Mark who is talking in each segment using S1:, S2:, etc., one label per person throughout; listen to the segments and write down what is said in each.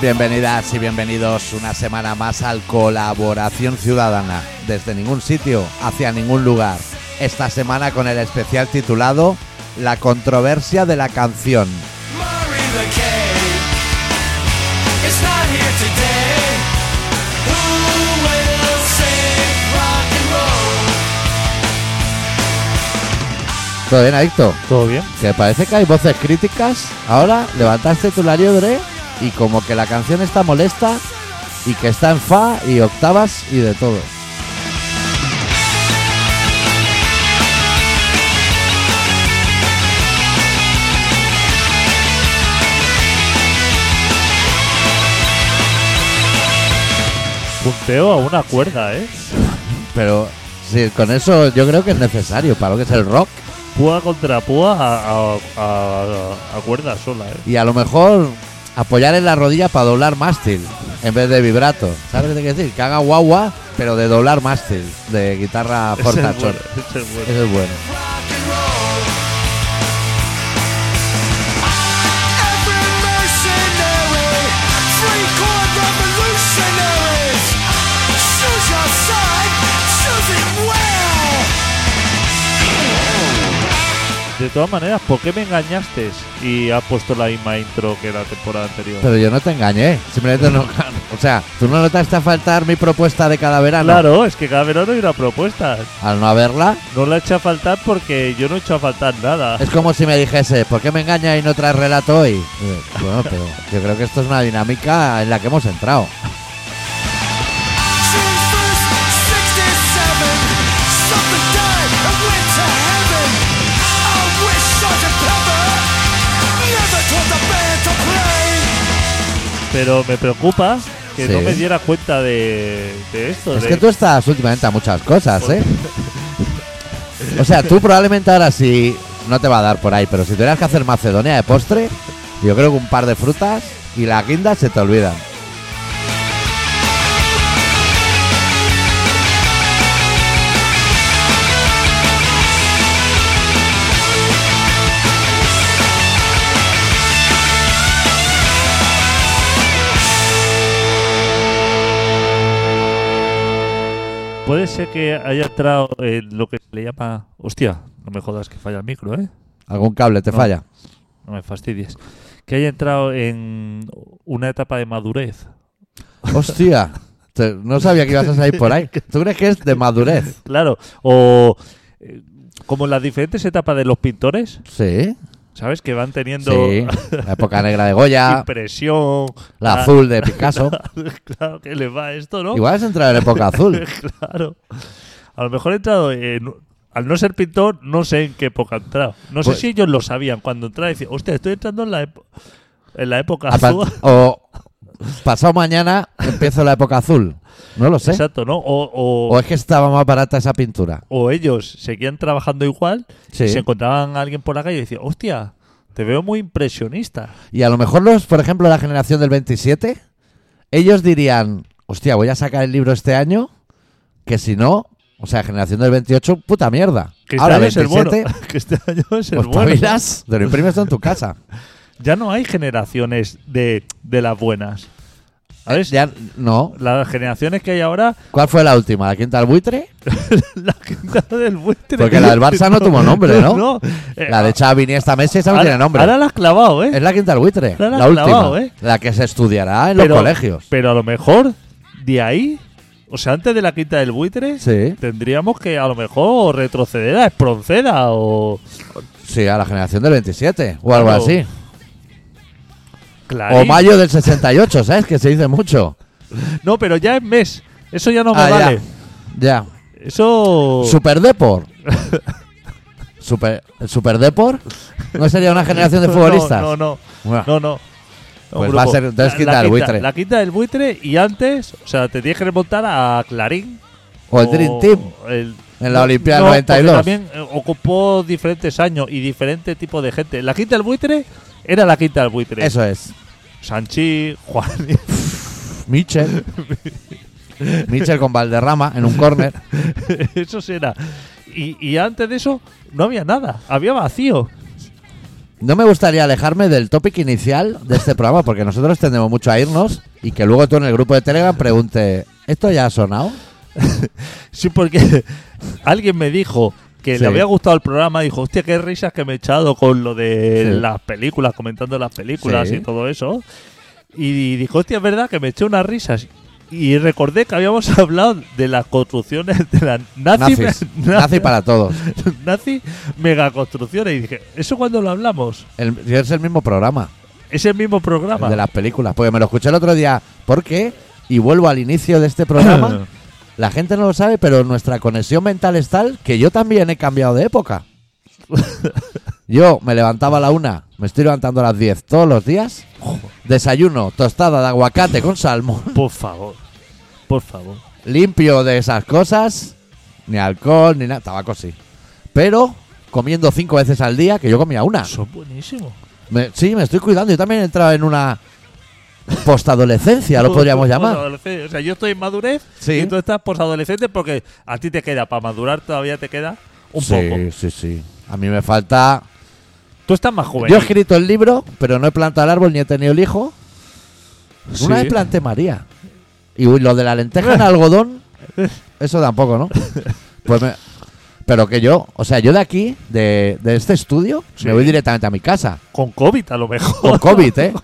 S1: Bienvenidas y bienvenidos una semana más al Colaboración Ciudadana, desde ningún sitio, hacia ningún lugar. Esta semana con el especial titulado La controversia de la canción.
S2: Murray the It's not here today. Who will save rock and roll?
S1: ¿Todo bien, Adicto?
S3: ¿Todo bien?
S1: Que parece que hay voces críticas. Ahora levantaste tu la liebre y como que la canción está molesta y que está en fa y octavas y de todo.
S3: Punteo a una cuerda, ¿eh?
S1: Pero sí, con eso yo creo que es necesario para lo que es el rock.
S3: Púa contra púa a, a- a- a cuerda sola, ¿eh?
S1: Y a lo mejor apoyar en la rodilla para doblar mástil en vez de vibrato. ¿Sabes qué quiero decir? Que haga guagua, pero de doblar mástil, de guitarra
S3: Ese es
S1: portachón.
S3: bueno, ese es bueno.
S1: Eso es bueno.
S2: Rock and roll. Every mercenary, free chord revolutionaries. Choose your side, choose it well.
S3: De todas maneras, ¿por qué me engañaste y has puesto la misma intro que la temporada anterior?
S1: Pero yo no te engañé. Simplemente no. O sea, tú no notaste a faltar mi propuesta de cada verano.
S3: Claro, es que cada verano hay una propuesta.
S1: Al no haberla,
S3: No la he hecho a faltar porque yo no he hecho a faltar nada.
S1: es como si me dijese, ¿por qué me engañas y no traes relato hoy? Y yo, Bueno, pero yo creo que esto es una dinámica en la que hemos entrado.
S2: June 1st, 67. Something died and went to heaven. I wish Sergeant Pepper never told the band to play.
S3: Pero me preocupa que no
S1: Sí.
S3: me diera cuenta de, de esto.
S1: Es
S3: de-
S1: que tú estás últimamente a muchas cosas, ¿eh? O sea, tú probablemente ahora sí no te va a dar por ahí, pero si tuvieras que hacer Macedonia de postre, yo creo que un par de frutas y la guinda se te olvidan.
S3: Puede ser que haya entrado en lo que se le llama... Hostia, no me jodas que falla el micro, ¿eh?
S1: Algún cable te
S3: No.
S1: falla.
S3: No me fastidies. Que haya entrado en una etapa de madurez.
S1: Hostia, te- no sabía que ibas a salir por ahí. ¿Tú crees que es de madurez?
S3: Claro. O eh, como las diferentes etapas de los pintores,
S1: Sí,
S3: ¿sabes? Que van teniendo
S1: sí. La época negra de Goya,
S3: impresión.
S1: la
S3: ah,
S1: azul de Picasso.
S3: claro que les va esto, ¿no?
S1: Igual has entrado en época azul.
S3: Claro. A lo mejor he entrado en... Al no ser pintor, no sé en qué época he entrado. No
S1: Pues-
S3: sé si ellos lo sabían cuando entraba. Decían, hostia, estoy entrando en la, epo- en la época
S1: A par-
S3: azul.
S1: O pasado mañana empiezo la época azul. No lo sé.
S3: Exacto, ¿no? O, o-
S1: ¿O es que estaba más barata esa pintura?
S3: o ellos seguían trabajando igual
S1: Sí.
S3: y se encontraban a alguien por la calle y decían, hostia, te veo muy impresionista.
S1: Y a lo mejor los, por ejemplo, la generación del 27, ellos dirían, hostia, voy a sacar el libro este año, que si no, o sea, generación del 28, puta mierda.
S3: Que este
S1: Ahora
S3: año es el bueno.
S1: 27,
S3: Que este año es el
S1: pues
S3: bueno.
S1: espabilas, te lo imprimes tú en tu casa.
S3: Ya no hay generaciones de, de las buenas. ¿Sabes?
S1: Ya, no.
S3: Las generaciones que hay ahora,
S1: ¿Cuál fue la última? ¿La quinta del buitre?
S3: la gente del buitre.
S1: Porque la del Barça no tuvo nombre, ¿no?
S3: Eh,
S1: La de Xavi, Esta Messi, esa no
S3: ahora,
S1: tiene nombre.
S3: Ahora la has clavado, ¿eh?
S1: Es la quinta del buitre,
S3: Ahora la
S1: la
S3: has
S1: última.
S3: clavado, ¿eh?
S1: La que se estudiará en los colegios.
S3: Pero a lo mejor de ahí, o sea, antes de la quinta del buitre,
S1: Sí.
S3: tendríamos que a lo mejor retroceder a Espronceda o.
S1: Sí, a la generación del 27 o algo
S3: Claro.
S1: así. O
S3: Clarín.
S1: mayo del 68, ¿sabes? Que se dice mucho.
S3: No, pero ya es mes. Eso ya no me
S1: Ah, ya.
S3: vale.
S1: Ya.
S3: Eso.
S1: Super Depor. Super, ¿el Super Depor? ¿No sería una generación de
S3: No,
S1: futbolistas?
S3: No, no,
S1: Buah.
S3: no, no. Un
S1: Pues va a
S3: grupo.
S1: ser- entonces quita el buitre.
S3: La quinta del buitre y antes, o sea, te tienes que remontar a Clarín.
S1: O el Dream Team
S3: el-
S1: en la
S3: No,
S1: Olimpiada
S3: no, porque
S1: 92.
S3: También eh, ocupó diferentes años y diferente tipo de gente. La quinta del buitre era la quinta del buitre.
S1: Eso es.
S3: Sanchi, Juan.
S1: Mitchell. Mitchell con Valderrama en un córner.
S3: eso será. Y, y antes de eso no había nada. Había vacío.
S1: No me gustaría alejarme del topic inicial de este programa, porque nosotros tendemos mucho a irnos y que luego tú en el grupo de Telegram pregunte, ¿esto ya ha sonado?
S3: Sí, porque alguien me dijo que
S1: Sí.
S3: le había gustado el programa. Dijo, hostia, qué risas que me he echado con lo de
S1: Sí.
S3: las películas, comentando las películas
S1: Sí.
S3: y todo eso. Y dijo, hostia, es verdad que me eché unas risas. Y recordé que habíamos hablado de las construcciones de las nazi,
S1: Nazis. Nazi para todos.
S3: nazi megaconstrucciones. Y dije, ¿eso cuando lo hablamos?
S1: El- es el mismo programa.
S3: Es el mismo programa.
S1: El de las películas. Porque me lo escuché el otro día. ¿Por qué? Y vuelvo al inicio de este programa. La gente no lo sabe, pero nuestra conexión mental es tal que yo también he cambiado de época. Yo me levantaba a la una, me estoy levantando a las 10 todos los días. Desayuno, tostada de aguacate con salmón,
S3: Por favor. Por favor.
S1: limpio de esas cosas. Ni alcohol, ni nada, tabaco sí. Pero comiendo cinco veces al día, que yo comía una.
S3: Son buenísimos.
S1: Me- sí, me estoy cuidando. Yo también he entrado en una postadolescencia, lo
S3: pues,
S1: podríamos llamar.
S3: Postadolescente. O sea, yo estoy en madurez
S1: Sí.
S3: y tú estás posadolescente porque a ti te queda, para madurar todavía te queda un
S1: sí,
S3: poco.
S1: sí, sí. A mí me falta.
S3: Tú estás más joven.
S1: Yo he escrito el libro, pero no he plantado el árbol ni he tenido el hijo.
S3: Sí.
S1: Una vez planté María. Y uy, lo de la lenteja en algodón, eso tampoco, ¿no? Pues me- Pero que yo, o sea, yo de aquí, de, de este estudio,
S3: Sí.
S1: me voy directamente a mi casa.
S3: Con COVID a lo mejor.
S1: Con COVID, ¿eh?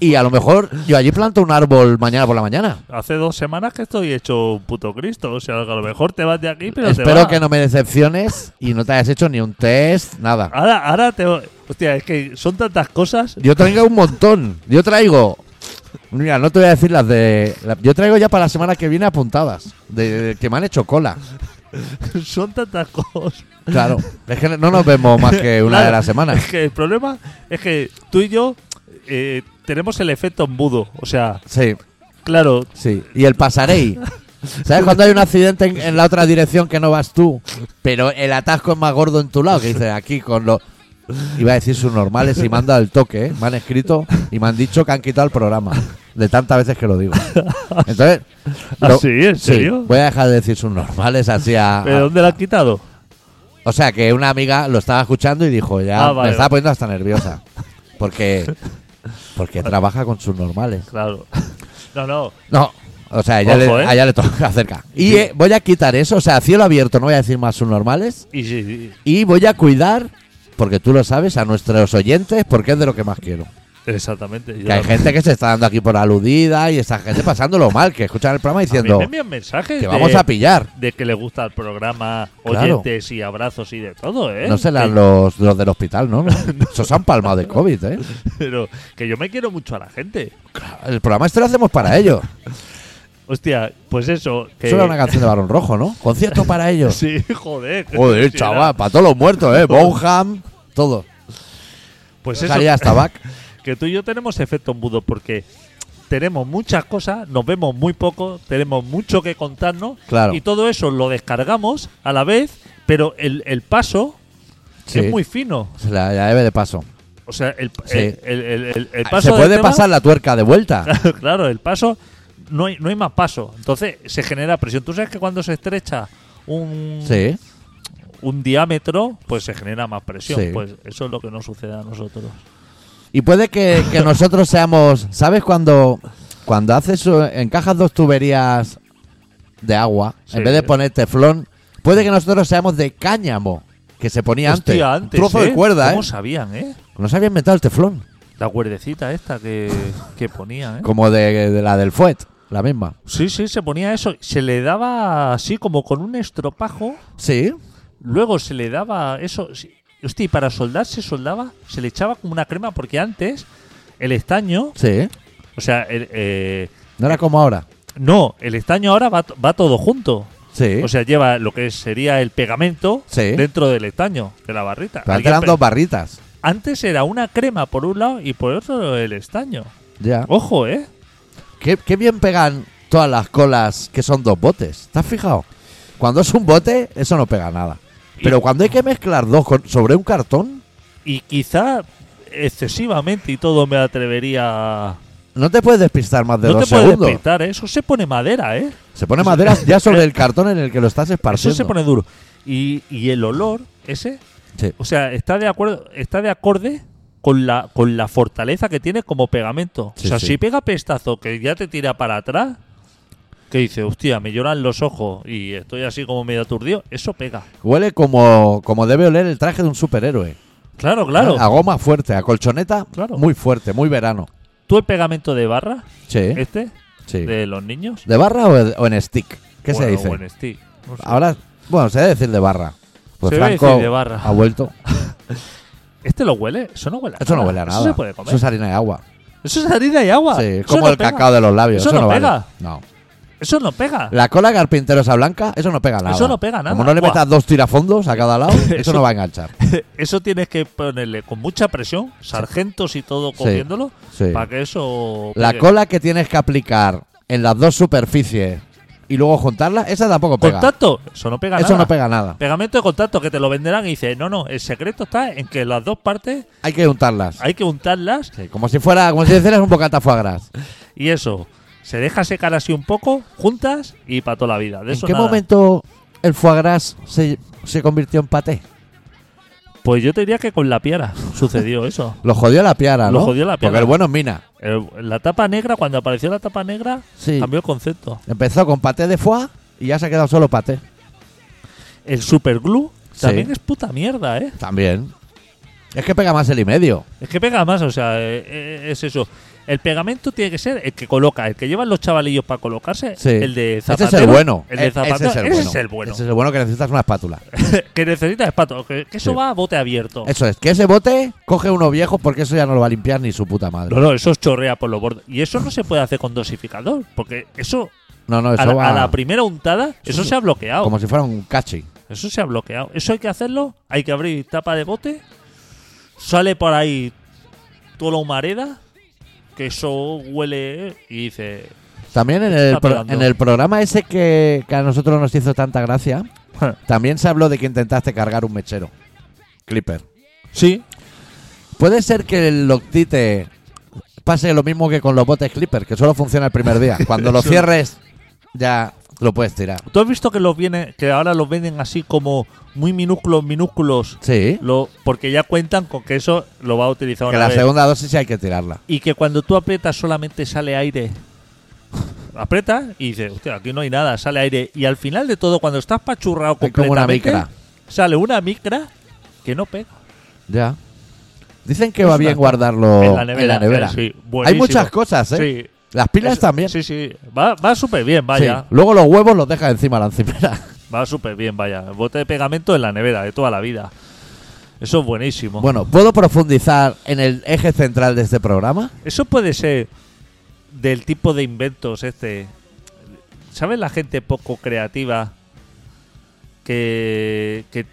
S1: Y a lo mejor yo allí planto un árbol mañana por la mañana.
S3: Hace dos semanas que estoy hecho un puto Cristo. O sea, a lo mejor te vas de aquí, pero te
S1: Espero
S3: vas.
S1: que no me decepciones y no te hayas hecho ni un test, nada.
S3: Ahora, ahora te. Hostia, es que son tantas cosas.
S1: Yo traigo un montón. Yo traigo. Mira, no te voy a decir las de. la- yo traigo ya para la semana que viene apuntadas. De, de- que me han hecho cola.
S3: Son tantas cosas.
S1: Claro. Es que no nos vemos más que una
S3: Claro,
S1: de la semana.
S3: Es que el problema es que tú y yo eh, tenemos el efecto embudo. O sea,
S1: Sí,
S3: claro,
S1: sí. Y el pasarey. ¿Sabes cuando hay un accidente en, en la otra dirección que no vas tú? Pero el atasco es más gordo en tu lado. Que dices aquí con los. Iba a decir sus normales y me han dado el toque, ¿eh? Me han escrito y me han dicho que han quitado el programa. De tantas veces que lo digo. Entonces.
S3: ¿Ah,
S1: lo-
S3: sí? ¿En
S1: Sí,
S3: serio?
S1: voy a dejar de decir sus normales así a- a-
S3: ¿Pero dónde la han quitado?
S1: O sea, que una amiga lo estaba escuchando y dijo, ya
S3: Ah, vale,
S1: me estaba
S3: vale.
S1: poniendo hasta nerviosa. Porque porque trabaja con sus normales.
S3: Claro. No, no.
S1: No, o sea, ella
S3: Ojo,
S1: le,
S3: ¿eh?
S1: a ella le toca cerca. Y eh, voy a quitar eso, o sea, cielo abierto, no voy a decir más sus normales.
S3: Y sí, sí,
S1: Y voy a cuidar, porque tú lo sabes, a nuestros oyentes, porque es de lo que más quiero.
S3: exactamente. Yo
S1: Que hay
S3: también.
S1: gente que se está dando aquí por aludida y esa gente pasándolo mal, que escuchan el programa
S3: A mí
S1: diciendo
S3: me envían mensajes
S1: que
S3: de-
S1: vamos a pillar.
S3: de que le gusta el programa,
S1: Claro.
S3: oyentes y abrazos y de todo, ¿eh?
S1: No serán
S3: Que-
S1: los, los del hospital, ¿no? Esos han palmado de COVID, ¿eh?
S3: Pero que yo me quiero mucho a la gente.
S1: El programa este lo hacemos para ellos.
S3: Hostia, pues eso. Que...
S1: Eso era una canción de Barón Rojo, ¿no? Concierto para ellos.
S3: Sí, joder.
S1: Joder,
S3: Sí, era-
S1: chaval, para todos los muertos, ¿eh? Bonham, todo.
S3: Pues eso,
S1: Salía hasta Bach.
S3: que tú y yo tenemos efecto embudo porque tenemos muchas cosas, nos vemos muy poco, tenemos mucho que contarnos
S1: Claro.
S3: y todo eso lo descargamos a la vez, pero el, el paso
S1: Sí.
S3: es muy fino.
S1: Se la la debe de paso.
S3: O sea, el,
S1: Sí. Ah,
S3: el- el- el- el- el paso.
S1: Se
S3: del
S1: puede
S3: tema-
S1: pasar la tuerca de vuelta.
S3: claro, el paso. No hay, no hay más paso. Entonces se genera presión. Tú sabes que cuando se estrecha un,
S1: Sí.
S3: un diámetro, pues se genera más presión.
S1: Sí.
S3: Pues eso es lo que nos sucede a nosotros.
S1: Y puede que, que nosotros seamos. ¿Sabes cuando, cuando haces. eh, encajas dos tuberías de agua,
S3: Sí.
S1: en vez de poner teflón, puede que nosotros seamos de cáñamo, que se ponía
S3: Hostia,
S1: antes. Trozo
S3: ¿eh?
S1: de cuerda, ¿eh?
S3: ¿Cómo sabían, eh?
S1: No se había inventado este el teflón.
S3: La cuerdecita esta que, que ponía, ¿eh?
S1: Como de, de la del Fuet, la misma.
S3: Sí, sí, se ponía eso. Se le daba así como con un estropajo.
S1: Sí.
S3: Luego se le daba eso. sí. Hostia, y para soldar se soldaba, se le echaba como una crema porque antes el estaño,
S1: Sí.
S3: o sea, el, eh,
S1: No era como ahora.
S3: no, el estaño ahora va, to- va todo junto.
S1: Sí.
S3: O sea, lleva lo que sería el pegamento
S1: Sí.
S3: dentro del estaño, de la barrita.
S1: Pero antes
S3: Alguien
S1: eran
S3: pe-
S1: dos barritas.
S3: Antes era una crema por un lado y por otro el estaño.
S1: Ya.
S3: Ojo, ¿eh?
S1: Qué, qué bien pegan todas las colas que son dos botes. ¿Te has fijado? Cuando es un bote, eso no pega nada. Pero cuando hay que mezclar dos con- sobre un cartón,
S3: Y quizá excesivamente y todo me atrevería a...
S1: no te puedes despistar más de
S3: no te
S1: dos
S3: puedes
S1: segundos.
S3: pintar, ¿eh? Eso se pone madera, ¿eh?
S1: Se pone madera ya sobre el cartón en el que lo estás esparciendo.
S3: Eso se pone duro. Y, y el olor ese,
S1: Sí.
S3: o sea, está de acuerdo, está de acorde con la, con la fortaleza que tiene como pegamento.
S1: Sí,
S3: o sea,
S1: sí.
S3: si pega pestazo que ya te tira para atrás, que dice, hostia, me lloran los ojos y estoy así como medio aturdido, eso pega.
S1: Huele como, como debe oler el traje de un superhéroe. ¿Eh?
S3: Claro, claro.
S1: A goma fuerte, a colchoneta
S3: Claro.
S1: muy fuerte, muy verano.
S3: ¿Tú el pegamento de barra,
S1: Sí,
S3: este,
S1: ah. ¿Eh? sí.
S3: de los niños?
S1: ¿De barra o, de- o en stick? ¿Qué se
S3: Bueno, Pues,
S1: dice?
S3: o en stick, no sé.
S1: Ahora, bueno, se debe decir de barra. Pues
S3: Se debe
S1: Franco
S3: decir de barra.
S1: ha vuelto.
S3: ¿Este lo huele, eso no huele a
S1: Eso no
S3: nada.
S1: huele a nada.
S3: Ah, Eso se puede comer.
S1: Eso es harina y agua.
S3: Eso es harina y agua.
S1: Sí,
S3: Eso
S1: como
S3: no
S1: el
S3: pega.
S1: cacao de los labios.
S3: Eso
S1: Eso,
S3: no
S1: no, vale.
S3: pega.
S1: No.
S3: Eso no pega.
S1: La cola carpinterosa blanca, eso no pega nada.
S3: Eso no pega nada.
S1: Como no le
S3: Buah.
S1: metas dos tirafondos a cada lado, eso,
S3: Eso-
S1: no va a enganchar.
S3: Eso tienes que ponerle con mucha presión, sargentos y todo cogiéndolo,
S1: Sí.
S3: para que eso.
S1: La
S3: pegue.
S1: cola que tienes que aplicar en las dos superficies y luego juntarla, esa tampoco pega.
S3: Contacto, eso no pega
S1: eso
S3: nada.
S1: no pega nada.
S3: Pegamento de contacto que te lo venderán y dices, no, no, el secreto está en que las dos partes
S1: Hay que untarlas.
S3: hay que untarlas
S1: Sí, como si fuera, como si hicieras un bocata foie gras.
S3: y eso. Se deja secar así un poco, juntas y para toda la vida.
S1: ¿En
S3: De eso
S1: qué
S3: nada.
S1: momento el foie gras se, se convirtió en paté?
S3: Pues yo te diría que con la piara sucedió eso.
S1: Lo jodió la piara,
S3: Lo
S1: ¿no?
S3: jodió la piara.
S1: Porque el bueno es mina.
S3: El- la tapa negra, cuando apareció la tapa negra,
S1: Sí.
S3: cambió el concepto.
S1: Empezó con paté de foie y ya se ha quedado solo paté.
S3: El superglue
S1: Sí.
S3: también es puta mierda, ¿eh?
S1: También. Es que pega más el y medio.
S3: Es que pega más, o sea, eh, eh, es eso. El pegamento tiene que ser el que coloca, el que llevan los chavalillos para colocarse,
S1: Sí.
S3: el de zapatero.
S1: ese es el bueno.
S3: El de
S1: E-
S3: zapatero, ese,
S1: bueno.
S3: es el bueno.
S1: Ese es el bueno que necesitas una espátula.
S3: que necesita espato, que, que eso
S1: Sí.
S3: va a bote abierto.
S1: Eso es, que ese bote coge uno viejo porque eso ya no lo va a limpiar ni su puta madre.
S3: No, no, eso chorrea por los bordes. Y eso no se puede hacer con dosificador, porque eso,
S1: No, no,
S3: a
S1: eso
S3: la,
S1: va
S3: a la oh. primera untada, eso
S1: sí.
S3: se ha bloqueado.
S1: como si fuera un cachi.
S3: Eso se ha bloqueado. Eso hay que hacerlo, hay que abrir tapa de bote, sale por ahí toda la humareda, que eso huele y dice...
S1: También en
S3: Está
S1: el, pro-
S3: pegando.
S1: en el programa ese que, que a nosotros nos hizo tanta gracia, también se habló de que intentaste cargar un mechero. Clipper.
S3: Sí,
S1: Puede ser que el Loctite pase lo mismo que con los botes Clipper, que solo funciona el primer día. Cuando lo
S3: Eso.
S1: cierres, ya lo puedes tirar.
S3: ¿Tú has visto que los viene, que ahora los venden así como muy minúsculos, minúsculos?
S1: Sí.
S3: Lo, porque ya cuentan con que eso lo va a utilizar
S1: Que
S3: una
S1: la
S3: vez.
S1: segunda dosis sí hay que tirarla.
S3: Y que cuando tú aprietas solamente sale aire. Aprietas y dices, hostia, aquí no hay nada, sale aire. Y al final de todo, cuando estás pachurrado
S1: Hay como una
S3: completamente,
S1: micra.
S3: sale una micra que no pega.
S1: Ya. Dicen que
S3: Es
S1: va
S3: una-
S1: bien guardarlo
S3: en la nevera, eh, sí,
S1: Hay
S3: buenísimo.
S1: muchas cosas, ¿eh?
S3: Sí.
S1: Las pilas
S3: Eso-
S1: también.
S3: Sí, sí. Va, va súper bien,
S1: Sí.
S3: vaya.
S1: Luego los huevos los dejas encima de la encimera.
S3: Va súper bien, vaya. Bote de pegamento en la nevera de toda la vida. Eso es buenísimo.
S1: Bueno, ¿puedo profundizar en el eje central de este programa?
S3: Eso puede ser del tipo de inventos este. ¿Sabes la gente poco creativa que, que,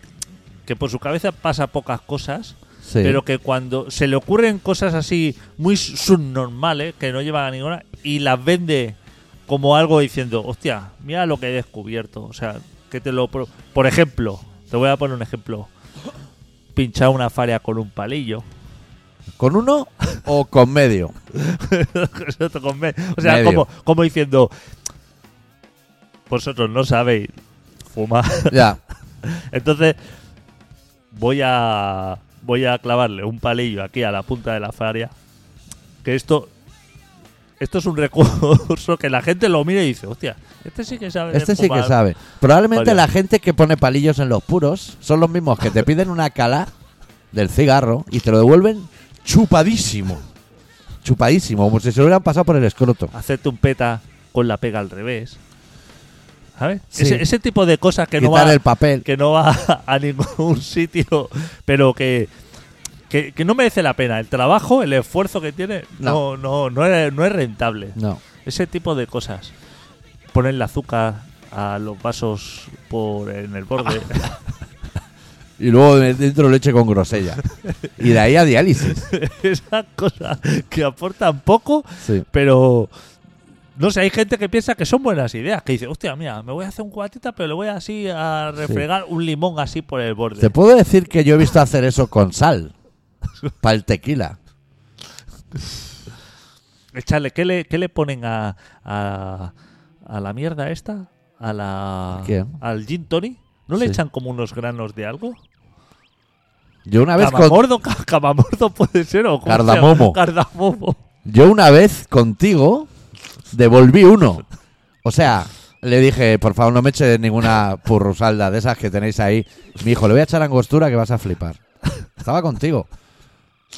S3: que por su cabeza pasa pocas cosas,
S1: Sí.
S3: pero que cuando se le ocurren cosas así muy subnormales, que no llevan a ninguna, y las vende como algo diciendo, hostia, mira lo que he descubierto? O sea, que te lo... pro- Por ejemplo, te voy a poner un ejemplo. Pinchar una faria con un palillo.
S1: ¿Con uno o con medio?
S3: Nosotros con me- o sea,
S1: Medio.
S3: como, como diciendo, vosotros no sabéis fumar,
S1: ya.
S3: entonces voy a voy a clavarle un palillo aquí a la punta de la faria, que esto esto es un recurso que la gente lo mira y dice, hostia, este sí que sabe de
S1: Este sí que
S3: fumar".
S1: sabe. Probablemente
S3: Vale.
S1: la gente que pone palillos en los puros son los mismos que te piden una cala del cigarro y te lo devuelven chupadísimo. Chupadísimo, como si se lo hubieran pasado por el escroto.
S3: Hacerte un peta con la pega al revés. ¿Sabes?
S1: Sí.
S3: Ese, ese tipo de cosas que no
S1: Quitar
S3: va
S1: el papel.
S3: que no va a ningún sitio, pero que, que, que no merece la pena. El trabajo, el esfuerzo que tiene, no,
S1: No.
S3: no, no, es, no es rentable.
S1: No.
S3: Ese tipo de cosas. Ponerle azúcar a los vasos por en el borde.
S1: Y luego dentro leche con grosella. Y de ahí a diálisis.
S3: Esas cosas que aportan poco,
S1: Sí.
S3: pero no sé, hay gente que piensa que son buenas ideas, que dice, hostia, mira, me voy a hacer un cubatita, pero le voy así a refregar un limón así por el borde.
S1: Te puedo decir que yo he visto hacer eso con sal. Para el tequila.
S3: Echarle, ¿qué le, qué le ponen a, a, a la mierda esta? A la,
S1: ¿Qué?
S3: Al gin tonic. ¿No le
S1: Sí.
S3: echan como unos granos de algo?
S1: Yo una vez con-
S3: Camamordo, ca- camamordo puede ser o cómo se llama?
S1: Cardamomo.
S3: Cardamomo.
S1: Yo una vez contigo devolví uno. O sea, le dije, por favor, no me eche ninguna purrusalda de esas que tenéis ahí. Mi hijo, le voy a echar angostura que vas a flipar. Estaba contigo.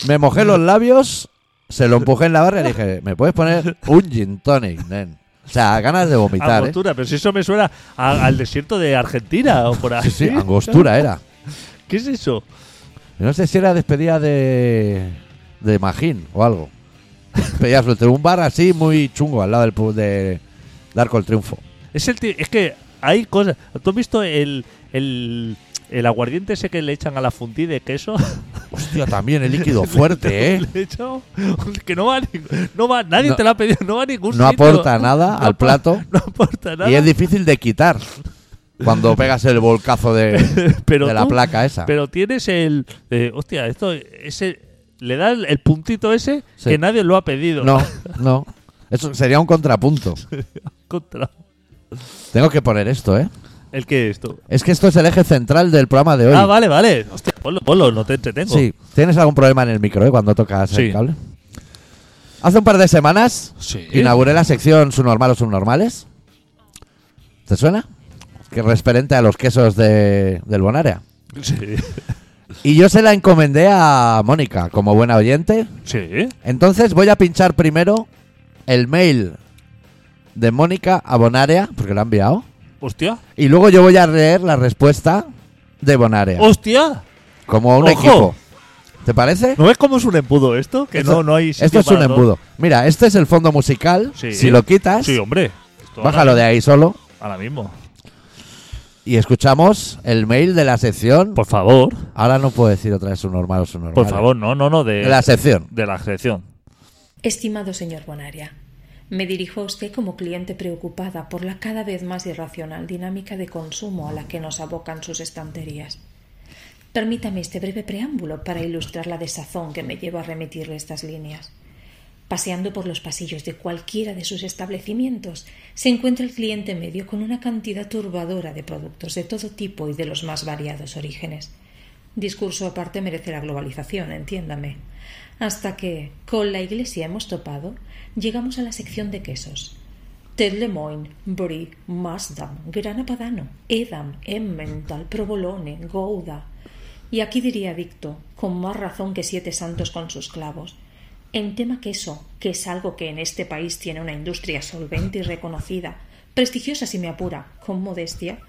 S1: Me mojé los labios, se lo empujé en la barra y le dije, ¿me puedes poner un gin tonic, nen? O sea, ganas de vomitar, ¿eh?
S3: Angostura, pero si eso me suena a- al desierto de Argentina o por ahí.
S1: Sí, sí, angostura era.
S3: ¿Qué es eso?
S1: No sé si era despedida de. de Magín o algo. Despedida suelta. Un bar así muy chungo al lado del pub de. Darko el Triunfo.
S3: Es, el ti- es que hay cosas. ¿Tú has visto el, el, el aguardiente ese que le echan a la fundí de queso?
S1: Hostia, también el líquido fuerte, ¿eh?
S3: Le he echado- que no va, a ni- no va nadie
S1: No-
S3: te lo ha pedido, no va a ningún
S1: No
S3: sitio.
S1: aporta nada al
S3: apa-
S1: plato
S3: No aporta nada.
S1: y es difícil de quitar cuando pegas el volcazo de,
S3: pero
S1: de la
S3: tú-
S1: placa esa.
S3: Pero tienes el. eh, hostia, esto. ese Le da el, el puntito ese
S1: Sí.
S3: que nadie lo ha pedido.
S1: No, no. Eso sería un contrapunto.
S3: Contra.
S1: Tengo que poner esto, ¿eh?
S3: ¿El qué es esto?
S1: Es que esto es el eje central del programa de hoy.
S3: Ah, vale, vale. Hostia, ponlo, ponlo, no te entretengo.
S1: Sí. ¿Tienes algún problema en el micro, eh? Cuando tocas el
S3: Sí.
S1: cable. Hace un par de semanas
S3: Sí.
S1: inauguré la sección subnormal o subnormales. ¿Te suena? Que referente a los quesos de, del Bonaria.
S3: Sí.
S1: Y yo se la encomendé a Mónica como buena oyente.
S3: Sí.
S1: Entonces voy a pinchar primero el mail de Mónica a Bonarea, porque lo ha enviado.
S3: Hostia.
S1: Y luego yo voy a leer la respuesta de Bonarea.
S3: ¡Hostia!
S1: Como un
S3: ojo.
S1: equipo. ¿Te parece?
S3: ¿No ves cómo es un embudo esto? Que
S1: Esto-
S3: no, no hay sitio
S1: Esto es un
S3: para dos.
S1: embudo. Mira, este es el fondo musical.
S3: Sí.
S1: Si lo quitas,
S3: Sí, hombre. Esto
S1: bájalo de
S3: ahora-
S1: ahí solo.
S3: Ahora mismo.
S1: Y escuchamos el mail de la sección.
S3: Por favor.
S1: Ahora no puedo decir otra vez su normal o su normal.
S3: Por favor, no, no, no. De,
S1: De la sección.
S3: De la sección.
S4: Estimado señor Bonaria, me dirijo a usted como cliente preocupada por la cada vez más irracional dinámica de consumo a la que nos abocan sus estanterías. Permítame este breve preámbulo para ilustrar la desazón que me lleva a remitirle estas líneas. Paseando por los pasillos de cualquiera de sus establecimientos, se encuentra el cliente medio con una cantidad turbadora de productos de todo tipo y de los más variados orígenes. Discurso aparte merece la globalización, entiéndame. Hasta que, con la iglesia hemos topado, llegamos a la sección de quesos. Ted Lemoyne, Brie, Masdam, Grana Padano, Edam, Emmental, Provolone, Gouda. Y aquí diría Dicto, con más razón que siete santos con sus clavos. En tema queso, que es algo que en este país tiene una industria solvente y reconocida, prestigiosa si me apura, con modestia,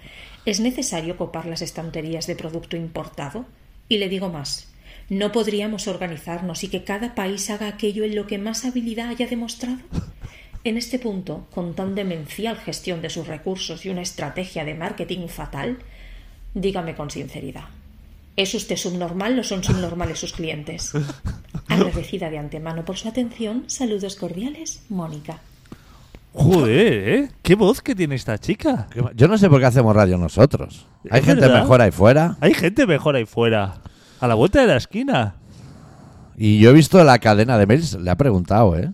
S4: es necesario copar las estanterías de producto importado. Y le digo más, ¿no podríamos organizarnos y que cada país haga aquello en lo que más habilidad haya demostrado? En este punto, con tan demencial gestión de sus recursos y una estrategia de marketing fatal, dígame con sinceridad, ¿es usted subnormal o son subnormales sus clientes? Agradecida de antemano por su atención, saludos cordiales, Mónica.
S3: Joder, ¿eh? ¿Qué voz que tiene esta chica?
S1: Yo no sé por qué hacemos radio nosotros. Hay
S3: Es
S1: gente
S3: verdad.
S1: mejor ahí fuera.
S3: Hay gente mejor ahí fuera. A la vuelta de la esquina.
S1: Y yo he visto la cadena de mails, le ha preguntado, ¿eh?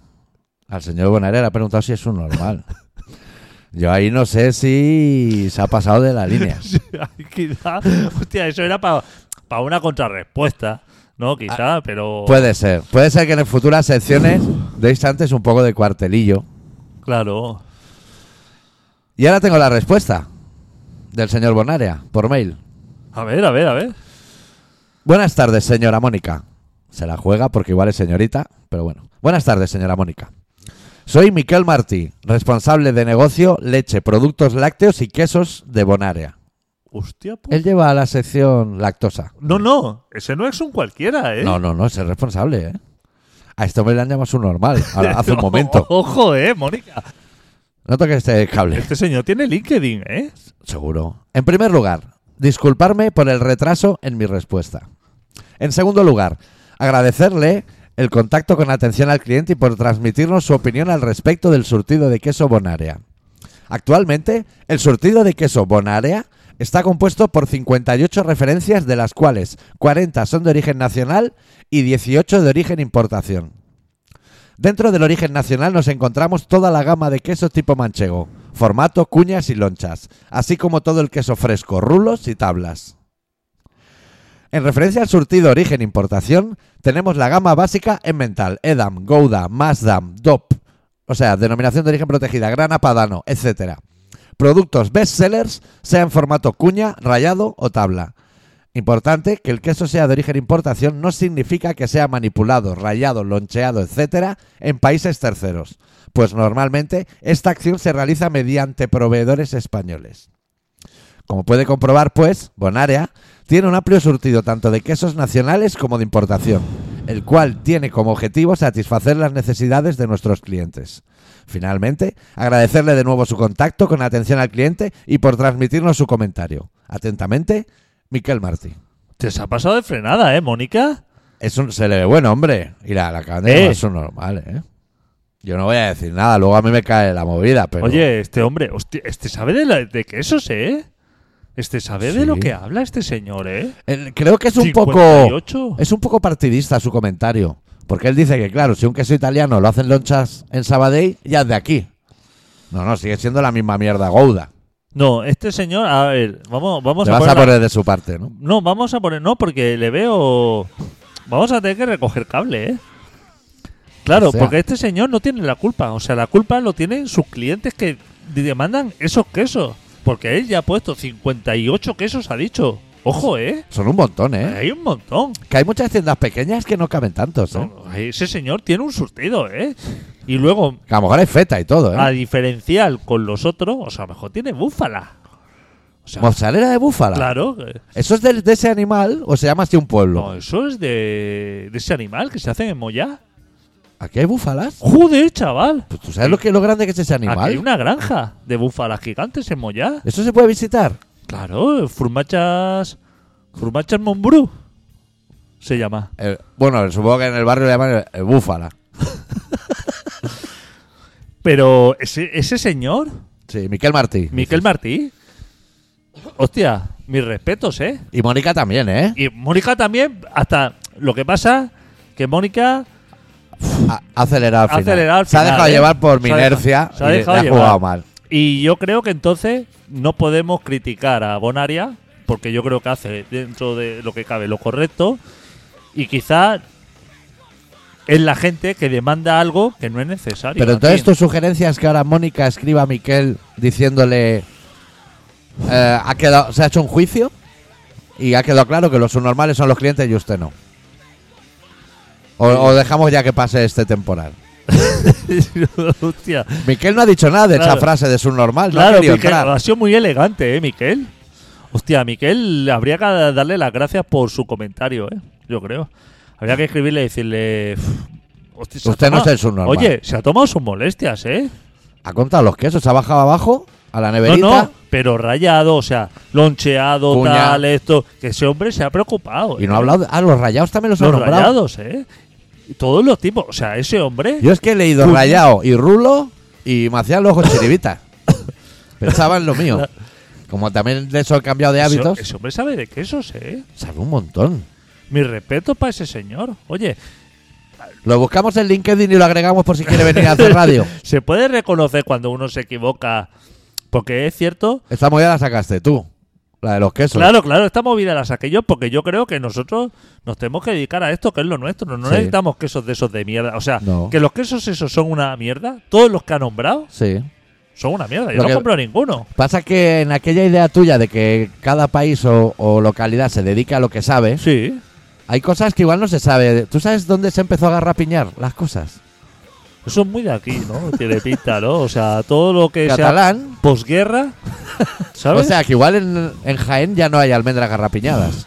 S1: Al señor Bonaria le ha preguntado si es un normal. Yo ahí no sé si se ha pasado de la línea.
S3: Ay, Quizá. Hostia, eso era para una contrarrespuesta. No, quizá,
S1: Ah,
S3: pero.
S1: Puede ser. Puede ser que en futuras secciones deis antes un poco de cuartelillo.
S3: Claro.
S1: Y ahora tengo la respuesta del señor Bonaria por mail.
S3: A ver, a ver, a ver.
S1: Buenas tardes, señora Mónica. Se la juega porque igual es señorita, pero bueno. Buenas tardes, señora Mónica. Soy Miquel Martí, responsable de negocio, leche, productos lácteos y quesos de Bonaria.
S3: Hostia, pu-
S1: Él lleva a la sección lactosa.
S3: No, no. Ese no es un cualquiera, ¿eh?
S1: No, no, no, ese es el responsable, ¿eh? A este hombre le han llamado su normal, ahora, hace un
S3: No,
S1: momento.
S3: Ojo, ¿eh, Mónica?
S1: No toques este cable,
S3: Este señor tiene LinkedIn, ¿eh?
S1: seguro. En primer lugar, disculparme por el retraso en mi respuesta. En segundo lugar, agradecerle el contacto con atención al cliente y por transmitirnos su opinión al respecto del surtido de queso Bonaria. Actualmente, el surtido de queso Bonaria está compuesto por 58 referencias, de las cuales 40 son de origen nacional y 18 de origen importación. Dentro del origen nacional nos encontramos toda la gama de queso tipo manchego, formato, cuñas y lonchas, así como todo el queso fresco, rulos y tablas. En referencia al surtido origen-importación, tenemos la gama básica en mental, EDAM, Gouda, Masdam, DOP, o sea, denominación de origen protegida, grana padano, etc. Productos bestsellers, sea en formato cuña, rayado o tabla. Importante que el queso sea de origen importación no significa que sea manipulado, rayado, loncheado, etcétera, en países terceros, pues normalmente esta acción se realiza mediante proveedores españoles. Como puede comprobar, pues, Bonaria tiene un amplio surtido tanto de quesos nacionales como de importación, el cual tiene como objetivo satisfacer las necesidades de nuestros clientes. Finalmente, agradecerle de nuevo su contacto con atención al cliente y por transmitirnos su comentario. Atentamente, Miquel Martí.
S3: Te se ha pasado de frenada, ¿eh, Mónica?
S1: Es un, se le ve bueno, hombre. Y la, la acaban de
S3: Eh.
S1: llamar su normal, ¿eh? Yo no voy a decir nada, luego a mí me cae la movida, pero...
S3: Oye, este hombre, hostia, este sabe de, la- de quesos, ¿eh? Este sabe
S1: Sí.
S3: de lo que habla este señor, ¿eh?
S1: El- creo que es un poco...
S3: 58.
S1: Es un poco partidista su comentario. Porque él dice que, claro, si un queso italiano lo hacen lonchas en Sabadell, ya es de aquí. No, no, sigue siendo la misma mierda Gouda.
S3: No, este señor, a ver, vamos, vamos
S1: Te
S3: a
S1: vas
S3: poner.
S1: a
S3: la-
S1: poner de su parte, ¿no?
S3: No, vamos a poner, no, porque le veo. Vamos a tener que recoger cable, ¿eh? Claro,
S1: O sea.
S3: porque este señor no tiene la culpa. O sea, la culpa lo tienen sus clientes que demandan esos quesos. Porque él ya ha puesto 58 quesos, ha dicho. Ojo, ¿eh?
S1: Son un montón, ¿eh?
S3: Hay un montón.
S1: Que hay muchas tiendas pequeñas que no caben tantos, ¿eh?
S3: No, Ese señor tiene un surtido, ¿eh? Y luego,
S1: Que a lo mejor hay feta y todo,
S3: a
S1: ¿eh?
S3: diferenciar con los otros, o sea, a lo mejor tiene búfala. O sea,
S1: Mozzarella de búfala.
S3: claro. que-
S1: ¿Eso es del- de, ese animal o se llama así un pueblo?
S3: No, eh. eso es de, de ese animal que se hacen en Moyá.
S1: ¿Aquí hay búfalas?
S3: Joder, chaval.
S1: Pues tú sabes lo, que, lo grande que es ese
S3: Aquí hay
S1: animal.
S3: una granja de búfalas gigantes en Moyá.
S1: ¿Eso se puede visitar?
S3: Claro, Furmachas. Furmachas Monbrú se llama.
S1: Eh, bueno, supongo que en el barrio le llaman el, el búfala.
S3: Pero ese, ese señor,
S1: Sí, Miquel Martí.
S3: Miquel Martí. Hostia, mis respetos, ¿eh?
S1: Y Mónica también, ¿eh?
S3: Y Mónica también, hasta lo que pasa, que Mónica
S1: Ha ha acelerado al
S3: Ha
S1: final.
S3: acelerado al
S1: Se ha
S3: final,
S1: dejado
S3: ¿eh?
S1: llevar por mi
S3: Se ha dejado-
S1: inercia.
S3: se ha
S1: y le-
S3: dejado
S1: le ha
S3: llevar.
S1: jugado mal.
S3: Y yo creo que entonces no podemos criticar a Bonaria, porque yo creo que hace dentro de lo que cabe lo correcto. Y quizá es la gente que demanda algo que no es necesario.
S1: Pero entonces
S3: Martín.
S1: tus sugerencias que ahora Mónica escriba a Miquel diciéndole eh, ha quedado, se ha hecho un juicio y ha quedado claro que los subnormales son los clientes y usted no. O, o dejamos ya que pase este temporal.
S3: Hostia.
S1: Miquel no ha dicho nada de esa
S3: Claro.
S1: frase de subnormal, no ha
S3: Claro,
S1: querido
S3: Miquel,
S1: entrar.
S3: ha sido muy elegante, ¿eh, Miquel? Hostia, a Miquel habría que darle las gracias por su comentario, ¿eh? Yo creo. Habría que escribirle y decirle... "Uf, hostia, se ha
S1: Usted no
S3: tomado-
S1: es el subnormal.
S3: Oye, se ha tomado sus molestias, ¿eh?
S1: Ha contado los quesos, ha bajado abajo a la neverita.
S3: No, no, pero rayado, o sea, loncheado,
S1: Cuña.
S3: tal, esto. Que ese hombre se ha preocupado.
S1: Y
S3: ¿eh?
S1: no ha hablado. Ah, los rayados también los, ha
S3: Los
S1: nombrado.
S3: rayados, ¿eh? Y Todos los tipos. O sea, ese hombre.
S1: Yo es que he leído
S3: Uy.
S1: rayado y rulo y me hacían los ojos chiribitas. Pensaba en lo mío. Como también de eso he cambiado de
S3: ese-
S1: hábitos,
S3: Ese, hombre sabe de quesos, ¿eh?
S1: sabe un montón.
S3: Mi respeto para ese señor. Oye,
S1: Lo buscamos en LinkedIn y lo agregamos por si quiere venir a hacer radio.
S3: se puede reconocer cuando uno se equivoca. Porque es cierto.
S1: Esta movida la sacaste tú, la de los quesos.
S3: Claro, claro, esta movida la saqué yo porque yo creo que nosotros nos tenemos que dedicar a esto que es lo nuestro. No
S1: Sí.
S3: necesitamos quesos de esos de mierda. O sea,
S1: No.
S3: que los quesos esos son una mierda. Todos los que ha nombrado
S1: Sí.
S3: son una mierda. Yo
S1: Lo
S3: no
S1: que-
S3: compro ninguno.
S1: Pasa que en aquella idea tuya de que cada país o, o localidad se dedica a lo que sabe,
S3: Sí.
S1: hay cosas que igual no se sabe. ¿Tú sabes dónde se empezó a garrapiñar las cosas?
S3: Eso es muy de aquí, ¿no? Tiene pinta, ¿no? O sea, todo lo que
S1: Catalán.
S3: sea posguerra, ¿sabes?
S1: O sea, que igual en, en Jaén ya no hay almendras garrapiñadas.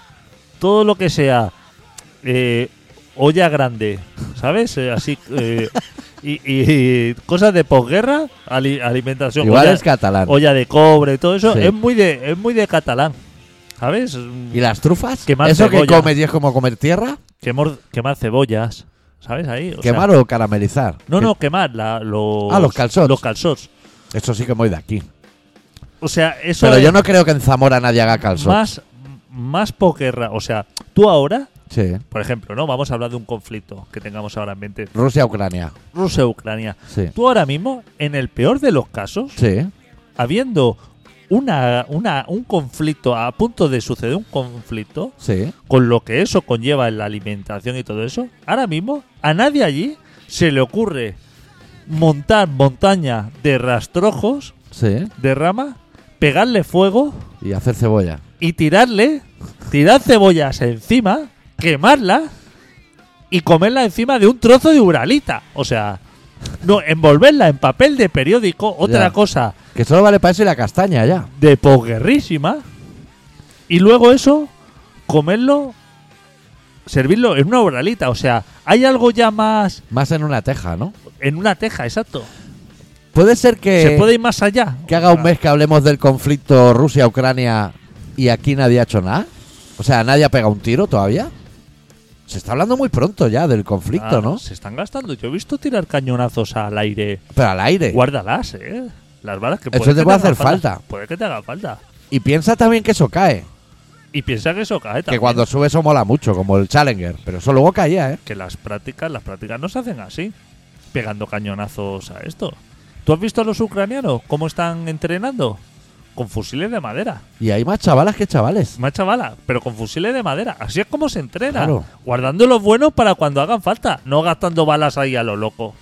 S3: todo lo que sea eh, olla grande, ¿sabes? Eh, así. eh, y, y cosas de posguerra, ali- alimentación.
S1: Igual
S3: olla,
S1: es catalán.
S3: olla de cobre, todo eso.
S1: Sí.
S3: Es, muy de, es muy de catalán, ¿sabes?
S1: ¿Y las trufas?
S3: Quemar
S1: ¿Eso que
S3: cebolla.
S1: comes y es como comer tierra?
S3: Quemor- quemar cebollas, ¿sabes? Ahí. o sea,
S1: ¿Quemar o caramelizar?
S3: no,
S1: Que-
S3: no, quemar la- los,
S1: Ah, los calzots.
S3: Los calzots.
S1: Eso sí que voy de aquí.
S3: O sea, eso
S1: Pero
S3: es-
S1: yo no creo que en Zamora nadie haga calzón.
S3: más, más posguerra. O sea, tú ahora,
S1: Sí.
S3: por ejemplo, ¿no? Vamos a hablar de un conflicto que tengamos ahora en mente.
S1: Rusia-Ucrania.
S3: Rusia-Ucrania.
S1: Sí.
S3: Tú ahora mismo, en el peor de los casos,
S1: Sí.
S3: habiendo una, una, un conflicto, a punto de suceder un conflicto,
S1: Sí.
S3: con lo que eso conlleva en la alimentación y todo eso, ahora mismo a nadie allí se le ocurre montar montaña de rastrojos,
S1: Sí.
S3: de ramas, pegarle fuego
S1: Y hacer cebolla.
S3: y tirarle, tirar cebollas encima, quemarlas y comerla encima de un trozo de uralita. O sea, no, envolverla en papel de periódico, otra
S1: Ya.
S3: cosa
S1: Que solo vale para eso y la castaña ya.
S3: de posguerrísima. Y luego eso, comerlo, servirlo en una uralita. O sea, hay algo ya más
S1: Más en una teja, ¿no?
S3: en una teja, exacto.
S1: Puede ser que,
S3: Se puede Ah. ir más allá.
S1: Eh, que haga un mes que hablemos del conflicto Rusia-Ucrania y aquí nadie ha hecho nada. O sea, nadie ha pegado un tiro todavía. Se está hablando muy pronto ya del conflicto,
S3: Ah,
S1: ¿no?
S3: Se están gastando. Yo he visto tirar cañonazos al aire.
S1: Pero al aire.
S3: Guárdalas, eh. Las balas que
S1: Eso
S3: puede
S1: te
S3: que
S1: puede
S3: haga
S1: hacer falta.
S3: Puede que te haga falta.
S1: Y piensa también que eso cae.
S3: Y piensa que eso cae
S1: Que
S3: también.
S1: cuando sube eso mola mucho, como el Challenger. Pero eso luego caía, ¿eh?
S3: Que las prácticas, las prácticas no se hacen así. Pegando cañonazos a esto. ¿Tú has visto a los ucranianos cómo están entrenando? Con fusiles de madera.
S1: Y hay más chavalas que chavales.
S3: Más chavala, pero con fusiles de madera. Así es como se entrena.
S1: Claro.
S3: Guardando los buenos para cuando hagan falta. No gastando balas ahí a lo loco.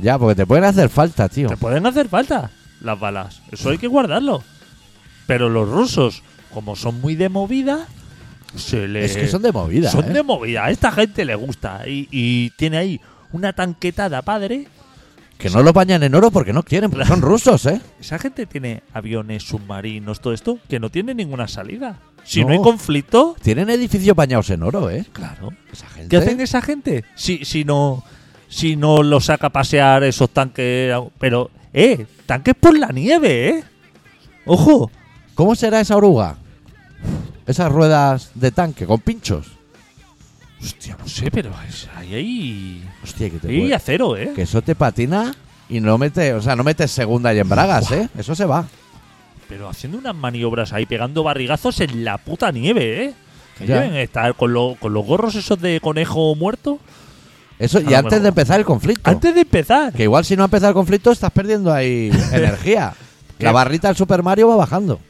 S1: Ya, porque te pueden hacer falta, tío.
S3: Te pueden hacer falta las balas. Eso hay que guardarlo. Pero los rusos, como son muy de movida, se les.
S1: Es que son de movida.
S3: Son
S1: ¿eh?
S3: de movida. A esta gente le gusta. Y, y tiene ahí una tanquetada padre.
S1: Que no lo bañan en oro porque no quieren, porque son rusos, ¿eh?
S3: Esa gente tiene aviones, submarinos, todo esto, que no tiene ninguna salida. Si no,
S1: No.
S3: hay conflicto.
S1: Tienen edificios bañados en oro, ¿eh?
S3: Claro.
S1: Esa gente.
S3: ¿Qué hacen esa gente? Si, si no. Si no los saca a pasear esos tanques. Pero, eh, tanques por la nieve, eh. Ojo.
S1: ¿Cómo será esa oruga? Esas ruedas de tanque con pinchos.
S3: Hostia, no sé, pero es- ahí hay.
S1: Hostia, que te
S3: ahí hay
S1: puede-
S3: acero, ¿eh?
S1: Que eso te patina y no mete, o sea, no metes segunda y en bragas, ¿eh? Eso se va.
S3: Pero haciendo unas maniobras ahí, pegando barrigazos en la puta nieve, ¿eh? Que
S1: Ya.
S3: deben estar con, lo- con los gorros esos de conejo muerto.
S1: Eso
S3: Ah,
S1: y
S3: no,
S1: antes
S3: bueno.
S1: de empezar el conflicto.
S3: Antes de empezar.
S1: Que igual si no ha empezado el conflicto estás perdiendo ahí energía. La
S3: ¿Qué?
S1: barrita del Super Mario va bajando.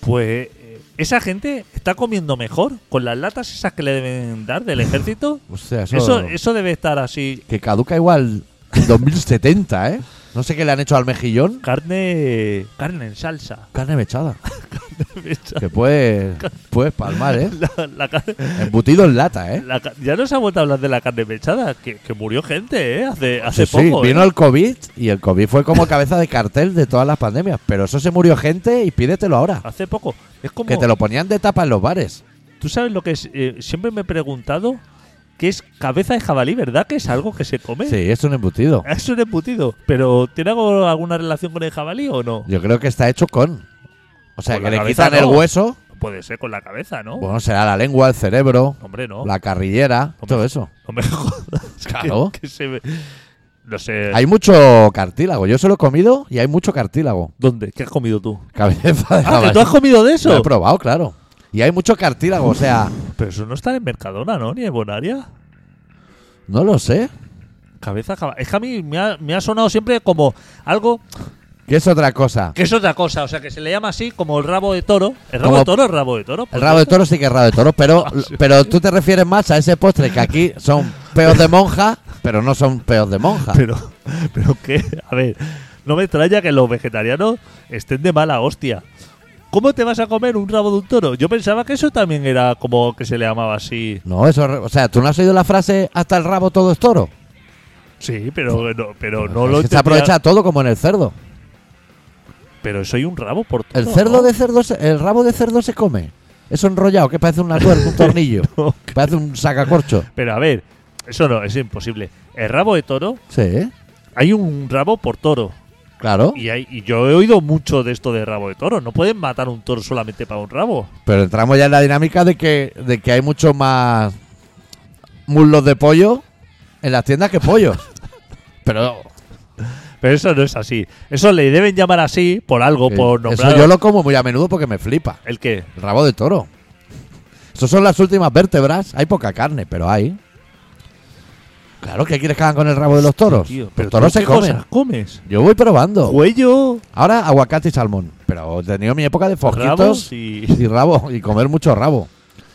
S3: Pues eh, esa gente está comiendo mejor con las latas esas que le deben dar del ejército.
S1: O sea, eso,
S3: eso, eso debe estar así.
S1: que caduca igual 2070, ¿eh? No sé qué le han hecho al mejillón.
S3: Carne. Carne en salsa.
S1: Carne mechada. Que puedes, puedes palmar, ¿eh?
S3: La- la carne-
S1: Embutido en lata, ¿eh?
S3: la ca- ya no se ha vuelto a hablar de la carne mechada, que, que murió gente, ¿eh? Hace, hace
S1: Sí, sí,
S3: poco. ¿eh?
S1: vino el COVID y el COVID fue como cabeza de cartel de todas las pandemias. Pero eso se murió gente y pídetelo ahora.
S3: Hace poco. Es como.
S1: Que te lo ponían de tapa en los bares.
S3: Tú sabes lo que es. Eh, siempre me he preguntado qué es cabeza de jabalí, ¿verdad? Que es algo que se come.
S1: Sí, es un embutido.
S3: Es un embutido. Pero ¿tiene algo- alguna relación con el jabalí o no?
S1: Yo creo que está hecho con. O sea, que
S3: Con la
S1: le
S3: cabeza
S1: quitan el
S3: no.
S1: hueso.
S3: Puede ser con la cabeza, ¿no?
S1: Oh. Bueno, será la lengua, el cerebro,
S3: Hombre, no.
S1: la carrillera,
S3: Oh. Hombre.
S1: todo eso.
S3: No me jodas. que-
S1: Claro.
S3: que se ve- No sé.
S1: Hay mucho cartílago. Yo solo he comido y hay mucho cartílago.
S3: ¿Dónde? ¿Qué has comido tú?
S1: Cabeza de
S3: Ah, que
S1: jabalí.
S3: tú has comido
S1: Lo
S3: de
S1: he
S3: eso.
S1: probado, claro. Y hay mucho cartílago, o sea,
S3: Pero eso no está en Mercadona, ¿no? Ni en Bonaria.
S1: no lo sé.
S3: Cabeza de jabalí. Es que a mí me ha, me ha sonado siempre como algo
S1: ¿Qué es otra cosa?
S3: que es otra cosa. O sea, que se le llama así como el rabo de toro. ¿El rabo
S1: Como-
S3: de toro? ¿El rabo de toro?
S1: El rabo de toro sí que es rabo de toro, pero, pero tú te refieres más a ese postre que aquí son peos de monja, pero no son peos de monja.
S3: Pero, pero que, a ver, no me extraña que los vegetarianos estén de mala hostia. ¿Cómo te vas a comer un rabo de un toro? Yo pensaba que eso también era como que se le llamaba así.
S1: No, eso, o sea, ¿tú no has oído la frase hasta el rabo todo es toro?
S3: Sí, pero no, pero no
S1: Pues, Es
S3: lo
S1: que se
S3: entendía.
S1: aprovecha todo como en el cerdo.
S3: Pero soy un rabo por todo.
S1: El cerdo de cerdo, se- el rabo de cerdo se come. Eso enrollado, que parece una tuerca, un tornillo,
S3: No,
S1: parece un sacacorcho.
S3: Pero a ver, eso no, es imposible. El rabo de toro,
S1: Sí, ¿eh?
S3: hay un rabo por toro.
S1: claro.
S3: Y, hay, y yo he oído mucho de esto de rabo de toro. No pueden matar un toro solamente para un rabo.
S1: Pero entramos ya en la dinámica de que, de que hay mucho más muslos de pollo en las tiendas que pollos. Pero
S3: Pero eso no es así. Eso le deben llamar así por algo,
S1: eh,
S3: por nombrar.
S1: eso yo lo como muy a menudo porque me flipa.
S3: ¿El qué?
S1: El rabo de toro. Esas son las últimas vértebras. Hay poca carne, pero hay. Claro, que quieres que hagan con el rabo de los toros?
S3: Tío,
S1: pero toros
S3: ¿qué
S1: Pues, se comen.
S3: cosas comes?
S1: Yo voy probando.
S3: Cuello,
S1: Ahora aguacate y salmón. Pero he tenido mi época de foquitos
S3: rabos y...
S1: y rabo y comer mucho rabo.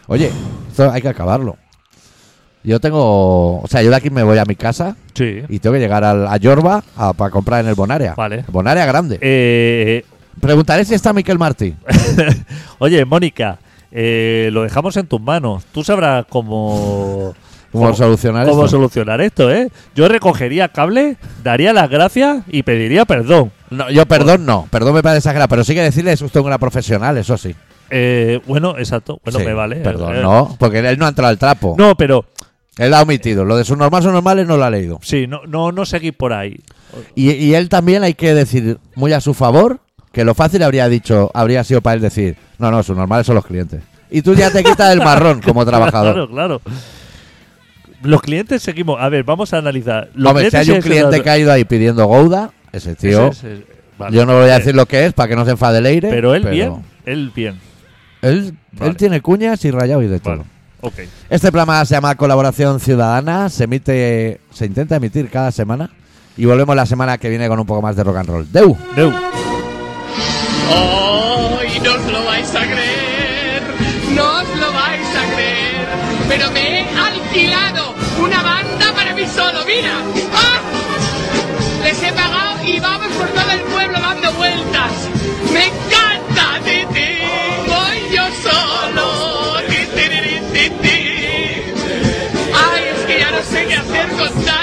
S1: Oye, esto hay que acabarlo. Yo tengo, o sea, yo de aquí me voy a mi casa
S3: Sí.
S1: y tengo que llegar al- a Yorba a- para comprar en el Bonaria.
S3: Vale.
S1: Bonaria grande.
S3: Eh,
S1: Preguntaré si está Miquel Martí.
S3: oye, Mónica, eh, lo dejamos en tus manos. Tú sabrás cómo...
S1: ¿Cómo, solucionar
S3: cómo
S1: esto?
S3: solucionar esto, ¿eh? Yo recogería cable, daría las gracias y pediría perdón.
S1: No, yo perdón no, perdón me parece exagerado, pero sí que decirle es usted una profesional, eso sí.
S3: Eh, bueno, exacto. Bueno,
S1: Sí,
S3: me vale.
S1: Perdón,
S3: Eh,
S1: no, porque él no ha entrado al trapo.
S3: No, pero
S1: Él ha omitido. Lo de sus normales o normales no lo ha leído.
S3: sí, no, no, no seguir por ahí.
S1: Y, y él también hay que decir, muy a su favor, que lo fácil habría dicho, habría sido para él decir, no, no, sus normales son los clientes. Y tú ya te quitas el marrón como trabajador.
S3: Claro, claro. Los clientes seguimos. A ver, vamos a analizar. Los
S1: Hombre, si hay un
S3: clientes es-
S1: cliente que ha ido ahí pidiendo Gouda, ese tío,
S3: ese- ese- vale.
S1: yo no voy a
S3: Eh,
S1: decir lo que es para que no se enfade el aire.
S3: Pero él bien, él bien.
S1: Él,
S3: Vale.
S1: él tiene cuñas y rayado y de todo.
S3: Vale. Ok.
S1: Este programa se llama Colaboración Ciudadana, se emite, se intenta emitir cada semana y volvemos la semana que viene con un poco más de rock and roll. Deu.
S3: Deu.
S5: ¡Oh! Y no os lo vais a creer. No os lo vais a creer. Pero me he alquilado una banda para mí solo. ¡Mira! ¡Ah! Les he pagado y vamos por todo el pueblo dando vueltas. ¡Me encanta! ti, ti! Voy yo solo. ti, ti, ti, ti, ti, ti. Ay, es que ya no sé qué hacer con tanta ¡Ah!